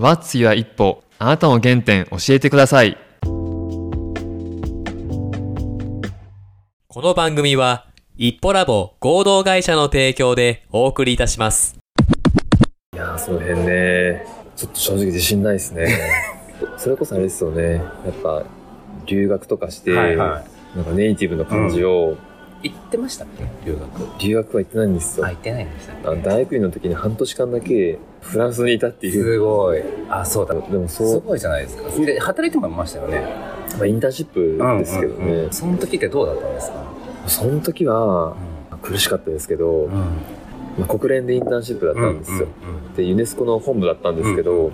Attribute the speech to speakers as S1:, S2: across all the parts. S1: What's your 一歩あなたの原点教えてください
S2: この番組は、一歩ラボ合同会社の提供でお送りいたします。
S3: いやーその辺ねちょっと正直自信ないです ねそれこそあれですよねやっぱ留学とかして、
S4: はいは
S3: なんかネイティブの感じを、
S4: い。行ってましたっけ留学。
S3: 留学は行ってないんですよ、
S4: あ、行ってないんでした
S3: あ
S4: っ
S3: の
S4: け
S3: 大学院の時に半年間だけフランスにいたっていう
S4: すごい。あ、そうだ。
S3: でもそ
S4: す
S3: う、
S4: ごいじゃないですか。で、働いてもいましたよね。
S3: まあ、インターンシップですけどね、
S4: うんうんうんその時ってどうだったんですか
S3: その時はまあ苦しかったですけど、
S4: ん。
S3: まあ、国連でインターンシップだったんですよ、でユネスコの本部だったんですけど、
S4: うんうん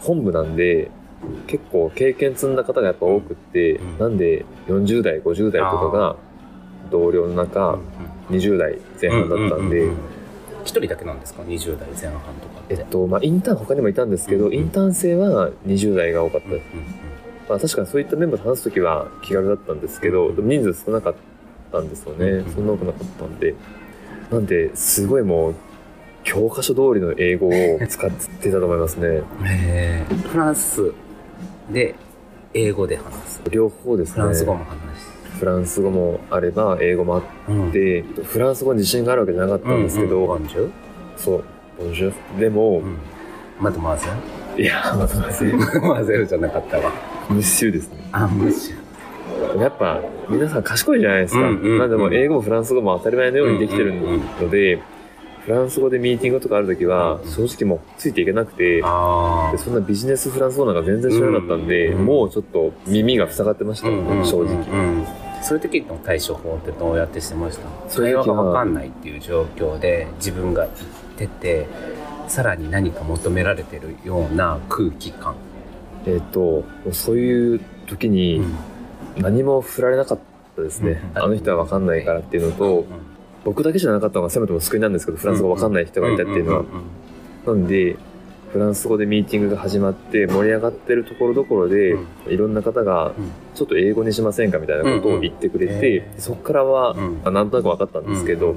S3: 本部なんで結構経験積んだ方がやっぱ多くって、
S4: うん
S3: なんで40代50代とかが同僚の中、20代前半だったんで、
S4: うううう一人だけなんですか ?20 代前半とかっ
S3: え
S4: て。
S3: っとまあインターン他にもいたんですけど、
S4: うん
S3: インターン生は20代が多かった
S4: うんう
S3: で
S4: ん
S3: す、まあ、確かにそういったメンバーと話す時は気軽だったんですけど、でも人数少なかったんですよね、
S4: うん
S3: そんな多くなかったんでなんですごいもう教科書通りの英語を使ってたと思います ね
S4: うんへーフランスで英語で話す。
S3: 両方ですね
S4: フランス語も話す。
S3: フランス語もあれば英語もあっ
S4: うん
S3: でフランス語に自信があるわけじゃなかったんですけど、
S4: うんうん、Bonjour？
S3: そうボンジュールでも
S4: う、んまだマーゼ
S3: いやまずまずいム
S4: ルマーゼルじゃなかったわ。
S3: ッシュですね
S4: あ、むし
S3: やっぱ皆さん賢いじゃないですか、
S4: うんうんうん
S3: なんでもう英語もフランス語も当たり前のようにできてる
S4: うんうん
S3: ので、フランス語でミーティングとかある時は
S4: うん
S3: 正直もうついていけなくて、
S4: あ
S3: でそんなビジネスフランス語なんか全然知らなかったんで、
S4: うんうん
S3: もうちょっと耳が塞がってました、正直、
S4: うんそういう時の対処法ってどうやってしてました
S3: そうい
S4: 会
S3: う時は
S4: 話が分かんないっていう状況で自分が行っててさらに何か求められてるような空気感、
S3: えっ、とそういう時に何も振られなかったですね、
S4: うん
S3: あの人は分かんないからっていうのと、僕だけじゃなかったのがせめても救いなんですけどフランス語わかんない人がいたっていうのは、
S4: んんん
S3: なんでフランス語でミーティングが始まって盛り上がってるところどころで、
S4: うん
S3: いろんな方が
S4: ん
S3: ちょっと英語にしませんかみたいなことを言ってくれて、
S4: うんうんへー
S3: そこからは、
S4: うん
S3: あなんとなく分かったんですけど、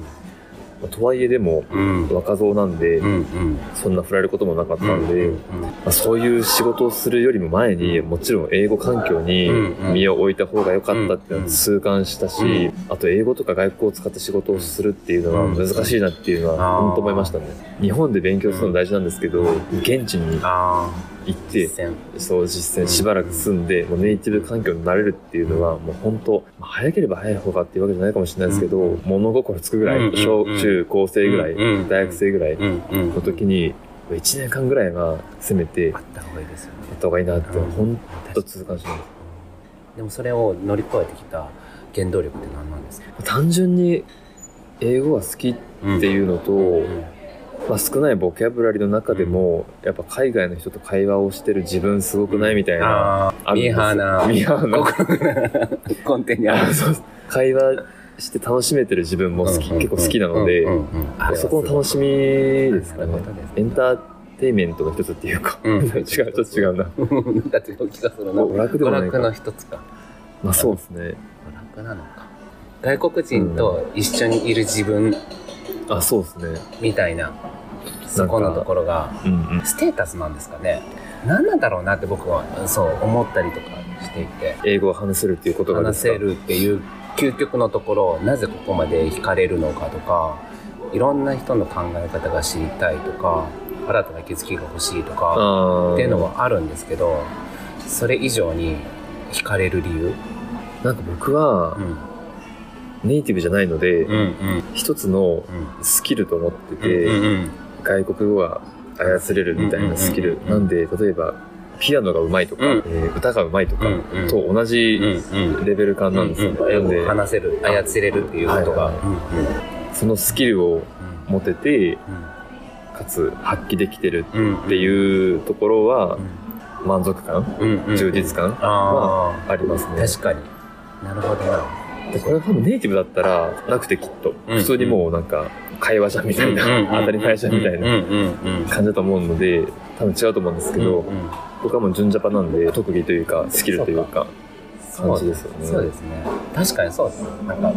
S3: まあとはいえでも
S4: うんうん
S3: 若造なんで、
S4: うんうん
S3: そんな振られることもなかったんで、
S4: うん
S3: まあ、そういう仕事をするよりも前にもちろん英語環境に
S4: うんうん
S3: 身を置いた方が良かったっていうのは痛感したし、
S4: う
S3: あと英語とか外国を使った仕事をするっていうのは難しいなっていうのは
S4: うん
S3: 本当思いましたね日本で勉強するの大事なんですけど現地に
S4: あ
S3: 行っ
S4: ー
S3: て
S4: 実践
S3: そう実
S4: う
S3: 践
S4: ん
S3: しばらく住んでもうネイティブ環境に慣れるっていうのはもう本当まあ早ければ早い方がっていうわけじゃないかもしれないですけど
S4: う
S3: 物心つくぐら
S4: う
S3: い
S4: ん
S3: 小中高生ぐらい
S4: うん
S3: 大学生ぐらい
S4: うんうん
S3: の時に1年間ぐらいはせめて
S4: あった方がいいですよね
S3: やった方がいいなって
S4: うん
S3: 本当痛感します
S4: でもそれを乗り越えてきた原動力って何なんですか
S3: 単純に英語が好きっ
S4: ってう
S3: いうのと、
S4: ん
S3: まあ、少ないボキャブラリーの中でも、やっぱ海外の人と会話をしてる自分すごくないみたいな、
S4: あ
S3: あ
S4: ー
S3: るんです
S4: ミー
S3: よ
S4: ハーな
S3: ミーハー な
S4: 根底にあ
S3: あ
S4: る
S3: そう会話して楽しめてる自分も好き、
S4: うんうん
S3: 結構好きなので、
S4: うんうんうん
S3: そこの楽しみですかね
S4: なるほどですね
S3: エンターテインメントの一つっていうか、
S4: うん
S3: 違うちょっと違うな
S4: なん か違う気がするな
S3: 娯楽でもないか
S4: 娯楽の一つか
S3: まあそうですね
S4: 娯楽なのか外国人と一緒にいる自分
S3: あそうですね
S4: みたいな、そこのところが
S3: うんうん
S4: ステータスなんですかね何なんだろうなって僕はそう思ったりとかしていて
S3: 英語を話せるっていうことがで
S4: 話
S3: すか
S4: せるっていう究極のところなぜここまで惹かれるのかとかいろんな人の考え方が知りたいとか新たな気づきが欲しいとか
S3: あー
S4: っていうのはあるんですけどそれ以上に惹かれる理由、
S3: なんか僕は
S4: うん、
S3: ネイティブじゃないので、
S4: うんうん
S3: 一つの
S4: うん
S3: スキルと思って
S4: うん
S3: て、
S4: うん
S3: 外国語が操れるみたいなスキル、
S4: うんうんうんうん
S3: なんで例えばピアノが上手いとか、
S4: うん
S3: えー歌が上手いとか、
S4: うんうん
S3: と同じ
S4: うんうん
S3: レベル感なんですよ、
S4: 英
S3: なん
S4: 語を
S3: で
S4: 話せる操れるっていうことが、
S3: はい
S4: うんうん
S3: そのスキルを持ててかつ発揮できてる
S4: うんうん
S3: っていうところは
S4: う
S3: 満足感、
S4: んうんうん
S3: 充実感
S4: あ
S3: あります
S4: あ、
S3: ね
S4: 確かになるほどな
S3: でこれは多分ネイティブだったらなくてきっと
S4: うん
S3: 普通にもうなんか会話じゃんみたいな、当たり前じゃんみたいな
S4: うんうんうん
S3: 感じだと思うので多分違うと思うんですけど、
S4: うんうん
S3: 僕はもう純ジャパなんで特技というかスキルというか
S4: そう
S3: 感じですよね
S4: そうですね確かにそうですなんか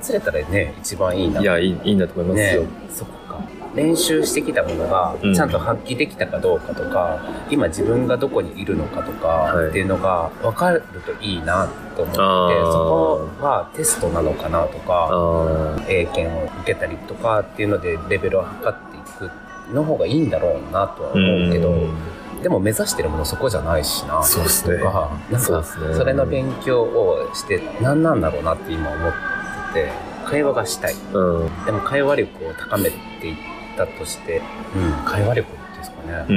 S4: 操れたらね一番いいない
S3: やいいいいなと思いますよ、
S4: ねそこか練習してきたものが
S3: うん
S4: ちゃんと発揮できたかどうかとか、今自分がどこにいるのかと
S3: は
S4: か
S3: い
S4: っていうのが分かるといいなと思って、
S3: あー
S4: そこはテストなのかなとか
S3: あ
S4: 英検を受けたりとかっていうのでレベルを測っていくの方がいいんだろうなとは
S3: あ。
S4: 思うけど、
S3: ん
S4: でも目指してるものそこじゃないしな
S3: そうっすね
S4: とかなん
S3: そう
S4: か
S3: っすね
S4: それの勉強をして何なんだろうなって今思ってて会話がしたい
S3: うん。
S4: でも会話力を高めていったとして、うん、会話力ですかね、
S3: う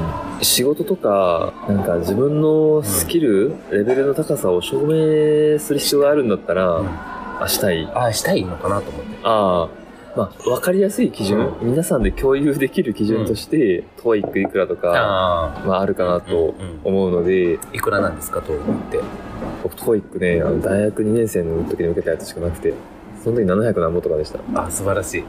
S3: ん仕事とか、なんか自分のスキル、レベルの高さを証明する必要があるんだったら、
S4: うん
S3: あ、したい。
S4: ああしたいのかなと思って
S3: ああ、まあ、わかりやすい基準、皆さんで共有できる基準として、ト TOEIC いくらとか、
S4: あ
S3: まあ、あるかな
S4: あ
S3: と思うので、
S4: いくらなんですかと思って
S3: 僕、TOEIC ね、あの大学2年生の時に受けたやつしかなくて、その時700何本とかでした。も
S4: ああ素晴らしい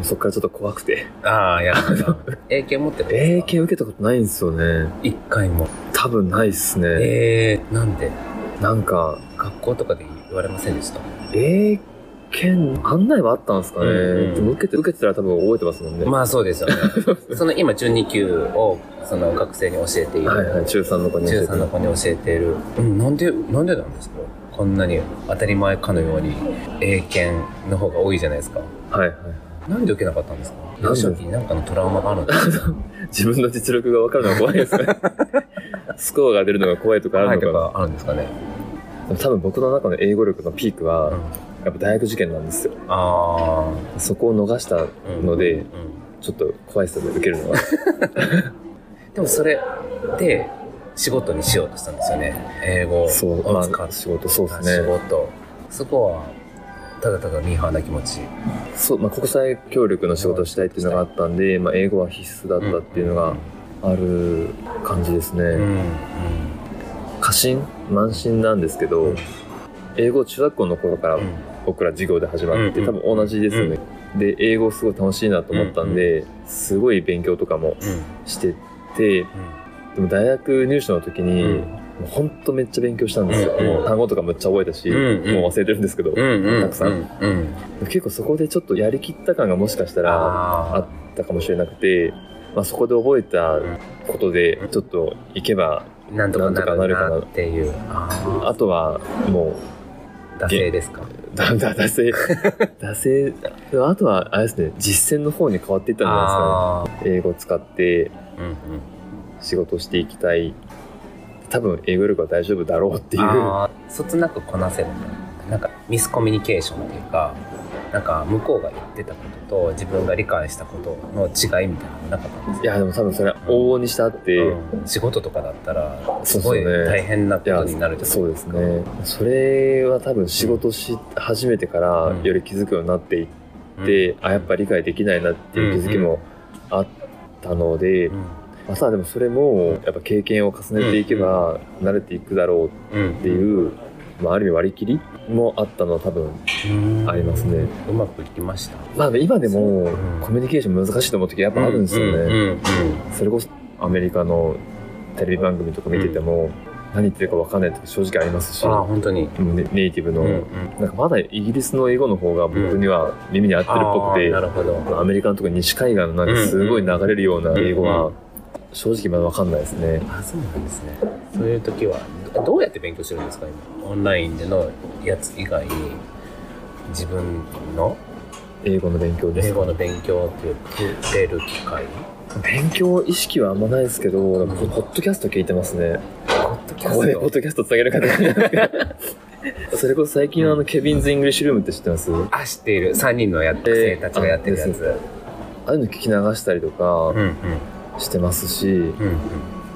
S4: う
S3: そっからちょっと怖くて。
S4: ああやだ な英検持ってるん
S3: 英
S4: ですか
S3: 検受けたことないんですよね。
S4: 一回も
S3: 多分ないっすね。
S4: えー、なんで
S3: なんか、
S4: 学校とかで言われませんでした
S3: 英検、案内はあったんですかね。
S4: うんうん
S3: でも受けて、受けてたら多分覚えてますもんね。
S4: まあそう ですよねその今12級をその学生に教えている、
S3: はいはい、中3の子に教
S4: 中
S3: えて
S4: 3の子に教えている、うん、なんでなんでなんですかこんなに当たり前かのように英検の方が多いじゃないですか
S3: はいはい。
S4: なんで受けなかったんですか
S3: で
S4: 幼少期になんかのトラウマがあるん ですか
S3: 自分の実力が分かるのが怖いです ね。スコアが出るのが怖いとかあ
S4: はい
S3: るの
S4: と
S3: かな。
S4: かあるんですかね、
S3: でも多分僕の中の英語力のピーク
S4: うん
S3: は、やっぱ大学受験なんですよ。
S4: あ
S3: そこを逃した
S4: あ、うん
S3: ので
S4: うん
S3: ちょっと怖いですよね、受けるのは。
S4: でもそれで仕事にしようとしたんですよね英語を使
S3: そう、ま
S4: っ
S3: あ、
S4: て
S3: 仕事、そうで
S4: 仕
S3: すね。
S4: 事そこはただただミーハーな気持ち
S3: そう、まあ、国際協力の仕事をしたいっていうのがあったんで、まあ、英語は必須だったっていうのがある感じですね。
S4: うんうん
S3: 過信慢心なんですけど、
S4: うん
S3: 英語中学校の頃から
S4: うん
S3: 僕ら授業で始まって、
S4: うん
S3: 多分同じですよね、で英語すごい楽しいなと思ったんで、すごい勉強とかも
S4: うん
S3: しててでも大学入試の時に、
S4: うん
S3: もうほんとめっちゃ勉強したんですよ、
S4: うん
S3: もう単語とかむっちゃ覚えたし、
S4: うんうん
S3: もう忘れてるんですけど、
S4: うんうん
S3: たくさん
S4: うんうん
S3: 結構そこでちょっとやりきった感がもしかしたらあ
S4: あー
S3: ったかもしれなくて、まあ、そこで覚えたことでちょっといけば
S4: なんとかな
S3: なん
S4: る
S3: とかな
S4: な
S3: るかな
S4: っていうあ
S3: あとはもう
S4: ー惰性ですか
S3: だ、だ、惰 性。惰性。でもあとは、あれですね、実践の方に変わっていったんじゃな
S4: あ
S3: いですかね。英語を使って
S4: ーうんうん
S3: 仕事をしていきたい。多分、英語力は大丈夫だろうっていう。
S4: あーそつなくこなせるなんかミスコミュニケーションっていうかなんか向こうが言ってたことと自分が理解したことの違いみたいなのなかったんです
S3: いや、でも多分それは往々にしてあって、
S4: うん仕事とかだったら
S3: そ
S4: す
S3: うそう
S4: ご
S3: ね
S4: い大変ないこ
S3: や
S4: とになるじゃない
S3: そうですね。それは多分仕事し始めてから
S4: うん
S3: より気づくようになっていっ
S4: うん
S3: て、あ、やっぱ理解できないなっていう気づきもあったので、
S4: うん
S3: まあただでもそれも、やっぱ経験を重ねていけば慣れていくだろう
S4: うん
S3: っていう、まあ、ある意味割り切りもあったのは多分
S4: うん
S3: ありますね、
S4: うまくいきました
S3: まあ、今でも
S4: ん
S3: コミュニケーション難しいと思う時やっぱあるんですよね、
S4: うんうん
S3: それこそアメリカのテレビ番組とか見てても、何言ってるか分かんない時正直ありますし、
S4: ああー本当に
S3: うんネネイティブの、
S4: うんうん
S3: なんかまだイギリスの英語の方が僕には耳に合ってるっぽくて、
S4: あーなるほど
S3: アメリカのとか西海岸のなんかすごい流れるような英語
S4: うん
S3: は
S4: うん
S3: 正直まだ分かんないですね
S4: あそうなんですねそういう時はどどうやって勉強してるんですか今オンラインでのやつ以外に自分の
S3: 英語の勉強で
S4: 英
S3: す
S4: 語の勉強っていう受ける機会
S3: 勉強意識はあんまないですけど僕ポッドキャスト聞いてますね
S4: ポッドキ
S3: ここでポッドキャストつなげる方が それこそ最近のあの、ケビンズ・イングリッシュルームって知ってますあ
S4: あ知っている3人のや学生たちがやってるやつ、
S3: あいうの聞き流したりとか
S4: うんうん
S3: してますし、
S4: うんうん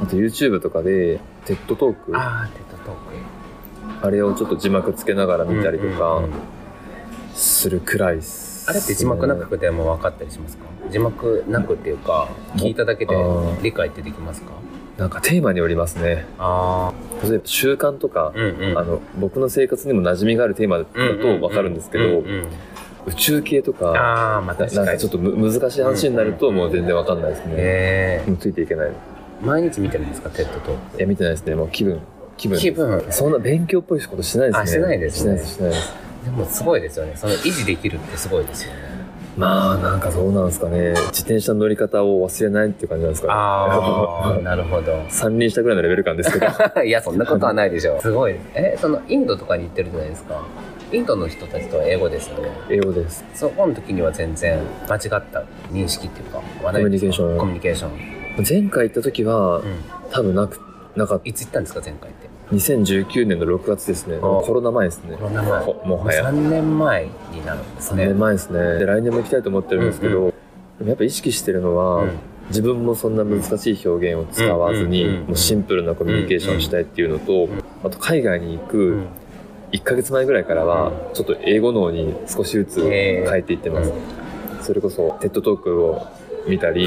S3: あと YouTube とかで、テッドトーク、あ
S4: ああテッドトーク
S3: れをちょっと字幕つけながら見たりと
S4: う
S3: か
S4: んうんうん
S3: するくらいっす、
S4: あれって字幕なくても分かったりしますか字幕なくっていうか聞いただけで
S3: あー
S4: 理解ってできますか
S3: なんかテーマによりますね。
S4: あ
S3: 例えば習慣とか
S4: あ、うんうん
S3: あの、僕の生活にも馴染みがあるテーマだとわかるんですけ
S4: う
S3: ど
S4: う、うん
S3: 宇宙系とか、
S4: ああま
S3: な
S4: あ確
S3: な
S4: か
S3: ん
S4: に
S3: かちょっとむ難しい話になるともう全然わかんないですね。
S4: え
S3: もうついていけない。
S4: ー、毎日見てるんですかテッドトー
S3: いや、見てないですね。もう気分。気
S4: ク
S3: 分。
S4: 気分で
S3: そんな勉強っぽいことしないですね。
S4: あしないですね
S3: しないです、しないです。
S4: もすごいですよねその維持できるってすごいですよね
S3: まあ、なんかどうなんですかね。自転車の乗り方を忘れないっていう感じなんですかね。
S4: ああ、なるほど。
S3: 三輪車ぐらいのレベル感ですけ ど。
S4: いや、そんなことはないでしょう。すごい。え、その、インドとかに行ってるじゃないですか。インドの人たちとは英語ですよね。
S3: 英語です。
S4: そこの時には全然間違った認識っていうか、コ
S3: ミュニケーション
S4: コミュニケーション。
S3: 前回行った時は
S4: う、ん。
S3: 多分なく、なかっ
S4: いつ行ったんですか、前回って。
S3: た。2019年の6月ですね。
S4: あ
S3: コロナ前ですね。
S4: コロナ前。
S3: ほもはや
S4: 3年前になるんです
S3: 3
S4: ね。
S3: 年前ですね。で、来年も行きたいと思ってるんですけ
S4: うん
S3: ど、でもやっぱ意識してるのは、
S4: うん
S3: 自分もそんな難しい表現を使わずに、
S4: うんうん
S3: もうシンプルなコミュニケーションをしたいっていうのと、あと海外に行
S4: う
S3: く
S4: ん
S3: 1ヶ月前ぐらいからは、ちょっと英語脳に少しずつ
S4: へー
S3: 変えていってます。それこそ、テッドトークを見た り、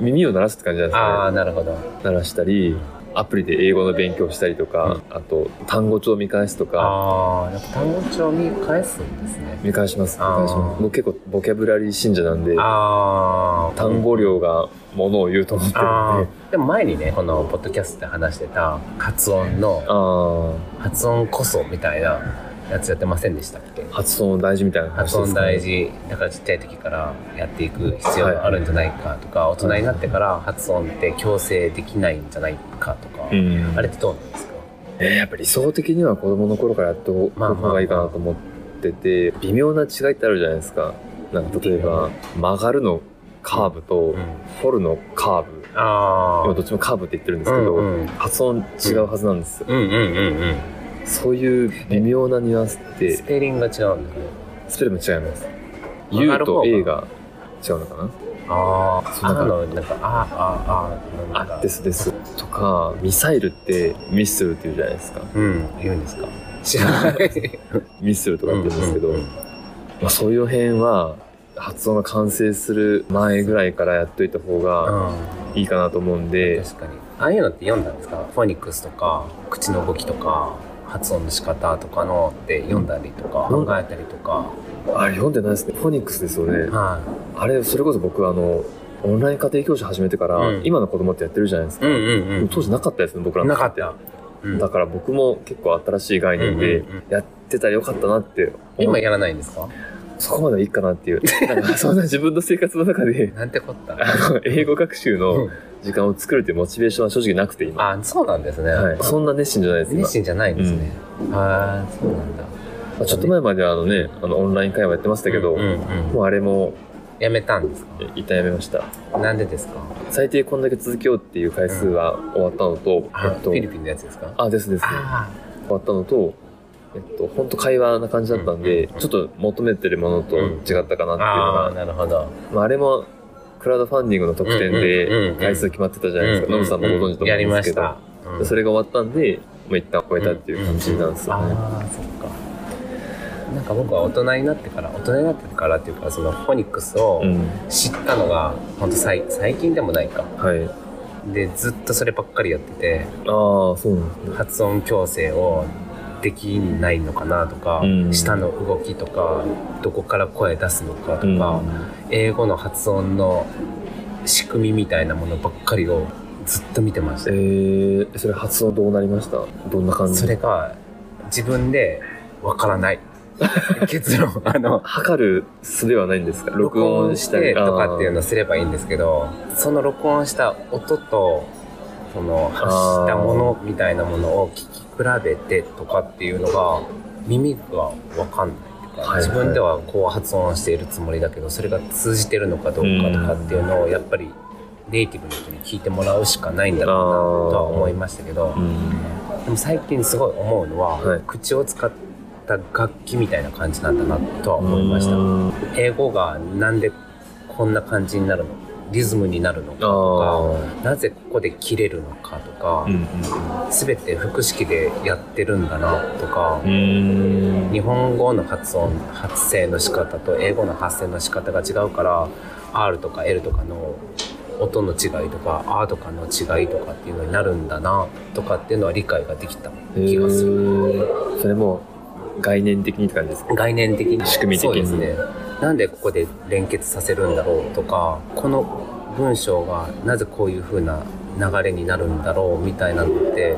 S3: 耳を鳴らすって感じなんです
S4: あ
S3: か
S4: あ、
S3: ね。
S4: なるほど。
S3: 鳴らしたり、アプリで英語の勉強したりとか、あと、単語帳見返すとか、
S4: ああ、やっぱ単語帳見返すんですね。
S3: 見返します。見
S4: あー
S3: 返します。僕結構ボキャブラリー信者なんで、
S4: ああ、
S3: 単語量がものを言うと思ってるんで、
S4: あ
S3: あ
S4: あ。でも前にね、このポッドキャストで話してた発音の
S3: あ、
S4: 発音こそみたいなやつやってませんでしたっけ
S3: 発音大事みたいな話
S4: 発
S3: です
S4: 音
S3: かね
S4: 大事だからちっちゃい時からやっていく必要があるんじゃないかとか、大人になってから発音って強制できないんじゃないかとか、
S3: うん、
S4: あれってどうなんですか
S3: えーやっぱり理想的には子供の頃からやった方
S4: まあまあ
S3: がいいかなと思ってて、微妙な違いってあるじゃないですか。なんか例えば、曲がるのカーブと
S4: うん、
S3: 掘るのカーブ。
S4: ああ
S3: 今どっちもカーブって言ってるんですけど、
S4: うんうん
S3: 発音違うはずなんですよ。
S4: うんうんうんうん
S3: そういう微妙なニュアンスっ
S4: ス
S3: て、
S4: ペリングが違うんだね
S3: スペルも違います。
S4: 曲
S3: U
S4: がる方
S3: と
S4: が
S3: A が違うのかな
S4: ああ
S3: そうな
S4: あ
S3: んか
S4: のなんかあーあーあーなん
S3: あ
S4: か
S3: ですですとかミサイルってミッスルって言うじゃないですか
S4: うん言うんですか知らない
S3: ミッスルとかって言うんですけど、
S4: うんうんうん
S3: まあ、そういう辺は発音が完成する前ぐらいからやっといた方が
S4: うん
S3: いいかなと思うんで、
S4: 確かにああいうのって読んだんですかフォニックスとか口の動きとか発音の仕方とかのって読んだりとか
S3: うん
S4: 考えたりとか、
S3: あれ読んでないですねフォニックスですよね、
S4: は
S3: あれそれこそ僕あのオンライン家庭教師始めてから、
S4: うん
S3: 今の子供ってやってるじゃないです
S4: い、
S3: か、
S4: うんうん
S3: で
S4: う
S3: も
S4: ん
S3: 当時なかったですね僕らの
S4: なかった、うん
S3: だから僕も結構新しい概念
S4: う
S3: で
S4: んうんうん
S3: やってたらよかったなって思う
S4: 今やらないんですか
S3: そこまではいいかなっていうなんかそんな自分の生活の中で
S4: なんてこった
S3: あの 英語学習の
S4: うん
S3: 時間を作るっていうモチベーションは正直なくて今、
S4: あそうなんですね、
S3: はい、そんな熱心じゃないです今
S4: 熱心じゃないんですね、ああそうなんだ
S3: まあちょっと前まではあのねあのオンライン会話やってましたけど、
S4: うんうんうん
S3: もうあれも
S4: やめたんですか
S3: え一旦やめました
S4: なんでですか
S3: 最低こんだけ続けようっていう回数は終わったのと、
S4: あ
S3: えっと
S4: フィリピンのやつですか
S3: あですですね
S4: あ
S3: 終わったのとえっと本当会話な感じだったんで、
S4: うん
S3: ちょっと求めてるものと違ったかなっていうの
S4: ーあ
S3: が、
S4: ーなるほど
S3: まあ、あれもクラウドファンディングの特典
S4: うんうんうんう
S3: で
S4: ん
S3: 回数決まってたじゃないですか、
S4: うんうんうん
S3: ノブさんもご存知と思うんですけど
S4: やりました、うん
S3: でそれが終わったんで、もう一旦超えたっていう感じなんですよね。
S4: ああそっかなんか僕は大人になってから大人になってからっていうかそのフォニックスを
S3: うん、
S4: 知ったのが本当最最近でもないか
S3: はい。
S4: でずっとそればっかりやってて
S3: ああ、そうなんですね。
S4: 発音矯正をできないのかなとか、
S3: うん
S4: 舌の動きとかどこから声出すのかとか、
S3: うん
S4: 英語の発音の仕組みみたいなものばっかりをずっと見てました
S3: えー、それ発音どうなりましたどんな感じ
S4: それが自分でわから ない結論あの
S3: 測る術はないんですか録音したり
S4: 録音とかっていうのをすればいいんですけどその録音した音とその発したものみたいなものを聞き比べてとかっていうのが耳がわかんないっていうか
S3: はいはい
S4: 自分ではこう発音しているつもりだけどそれが通じてるのかどうかとかっていうのをやっぱりネイティブの人に聞いてもらうしかないんだろうなとは思いましたけど
S3: あーうん
S4: でも最近すごい思うのは、
S3: はい
S4: 口を使った楽器みたいな感じなんだなとは思いました。
S3: うん
S4: 英語がなんでこんな感じになるのリズムになるのか
S3: あ
S4: と
S3: ー
S4: かなぜここで切れるのかとか
S3: う、ん
S4: 全て複式でやってるんだなとか、
S3: うん
S4: 日本語の発音発声の仕方と英語の発声の仕方が違うから R とか L とかの音の違いとか R とかの違いとかっていうのになるんだなとかっていうのは理解ができた気がする。
S3: えーそれも概念的にって感じですか
S4: 概念的に
S3: 仕組み的
S4: そうで
S3: に
S4: すねなんでここで連結させるんだろうとかこの文章がなぜこういう風な流れになるんだろうみたいなのって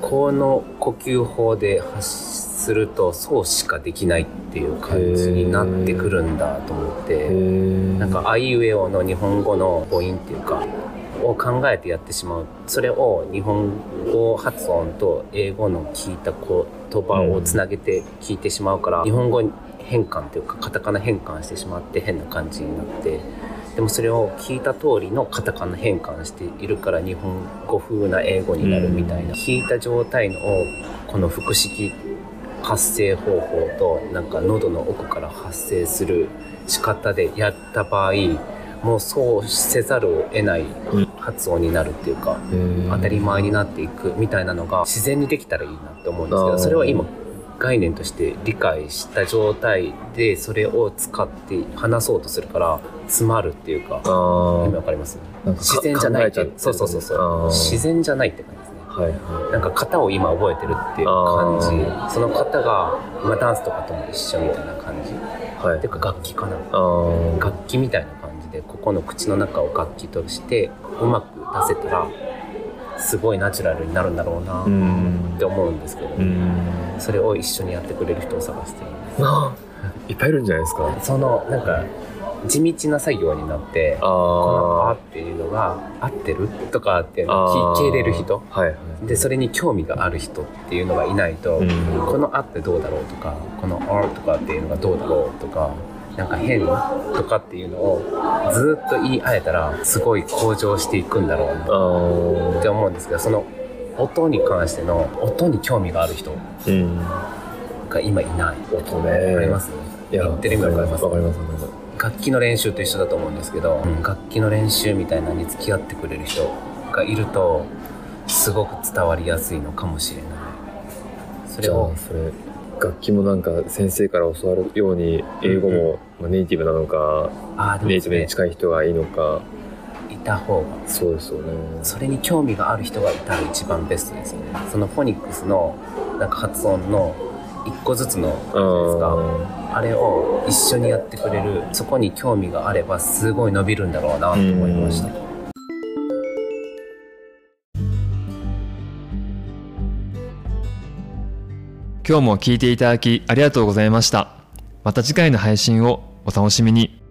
S4: この呼吸法で発するとそうしかできないっていう感じになってくるんだと思って
S3: ー
S4: なんかあいうえおの日本語の母音っていうかを考えてやってしまうそれを日本語発音と英語の聞いた言葉をつなげて聞いてしまうから、日本語に変換というかカタカナ変換してしまって変な感じになってでもそれを聞いた通りのカタカナ変換しているから日本語風な英語になるみたいな、聞いた状態のをこの複式発声方法となんか喉の奥から発声する仕方でやった場合もうそうせざるを得ない発音になるっていうか、当たり前になっていくみたいなのが自然にできたらいいなって思うんですけ
S3: あー
S4: どそれは今概念として理解した状態でそれを使って話そうとするから詰まるっていうか
S3: あ
S4: 意味
S3: ー
S4: わかります
S3: なんか
S4: 自然じゃないっていう
S3: 考えちゃって
S4: そうそうそうそう
S3: あー
S4: 自然じゃないって感じですね
S3: はいは
S4: なんか型を今覚えてるっていう感
S3: あ
S4: じその型が、まあ、ダンスとかとも一緒みたいな感じ
S3: いはい
S4: てか楽器かな
S3: あー
S4: 楽器みたいな感じでここの口の中を楽器としてうまく出せたらすごいナチュラルになるんだろうな
S3: う
S4: っ
S3: ん
S4: て思うんですけど、
S3: うん
S4: それを一緒にやってくれる人を探してる
S3: あーいっぱいいるんじゃないですか
S4: そのなんか地道な作業になって
S3: あ
S4: この「あ」
S3: あ
S4: っていうのが合ってるとかっていうのを聞聞いれる人
S3: はいはい
S4: でそれに興味がある人っていうのがいないと、
S3: うん
S4: この「あ」ってどうだろうとかこの「あ」とかっていうのがどうだろうとかなんか変とかっていうのをずっと言い合えたらすごい向上していくんだろうな
S3: あー
S4: って思うんですけどその音に関しての音に興味がある人
S3: うん
S4: が今いない
S3: 音ね
S4: わかります
S3: いや
S4: 言ってる意味わかります
S3: わかりますわかります
S4: 楽器の練習と一緒だと思うんですけど、楽器の練習みたいなのに付き合ってくれる人がいるとすごく伝わりやすいのかもしれないそれ
S3: じゃ
S4: を
S3: あそれ楽器もなんか先生から教わるように英語も、まあネイティブなのか
S4: ああで
S3: ネ
S4: も
S3: イ
S4: そ
S3: ティブ
S4: れ
S3: に近い人がいいのか
S4: いた方が
S3: そうですよね
S4: それに興味がある人がいたら一番ベストですよねそのフォニックスのなんか発音の一個ずつの
S3: あ
S4: あれを一緒にやってくれるそこに興味があればすごい伸びるんだろうなと思いました
S1: 今日も聞いていただきありがとうございましたまた次回の配信をお楽しみに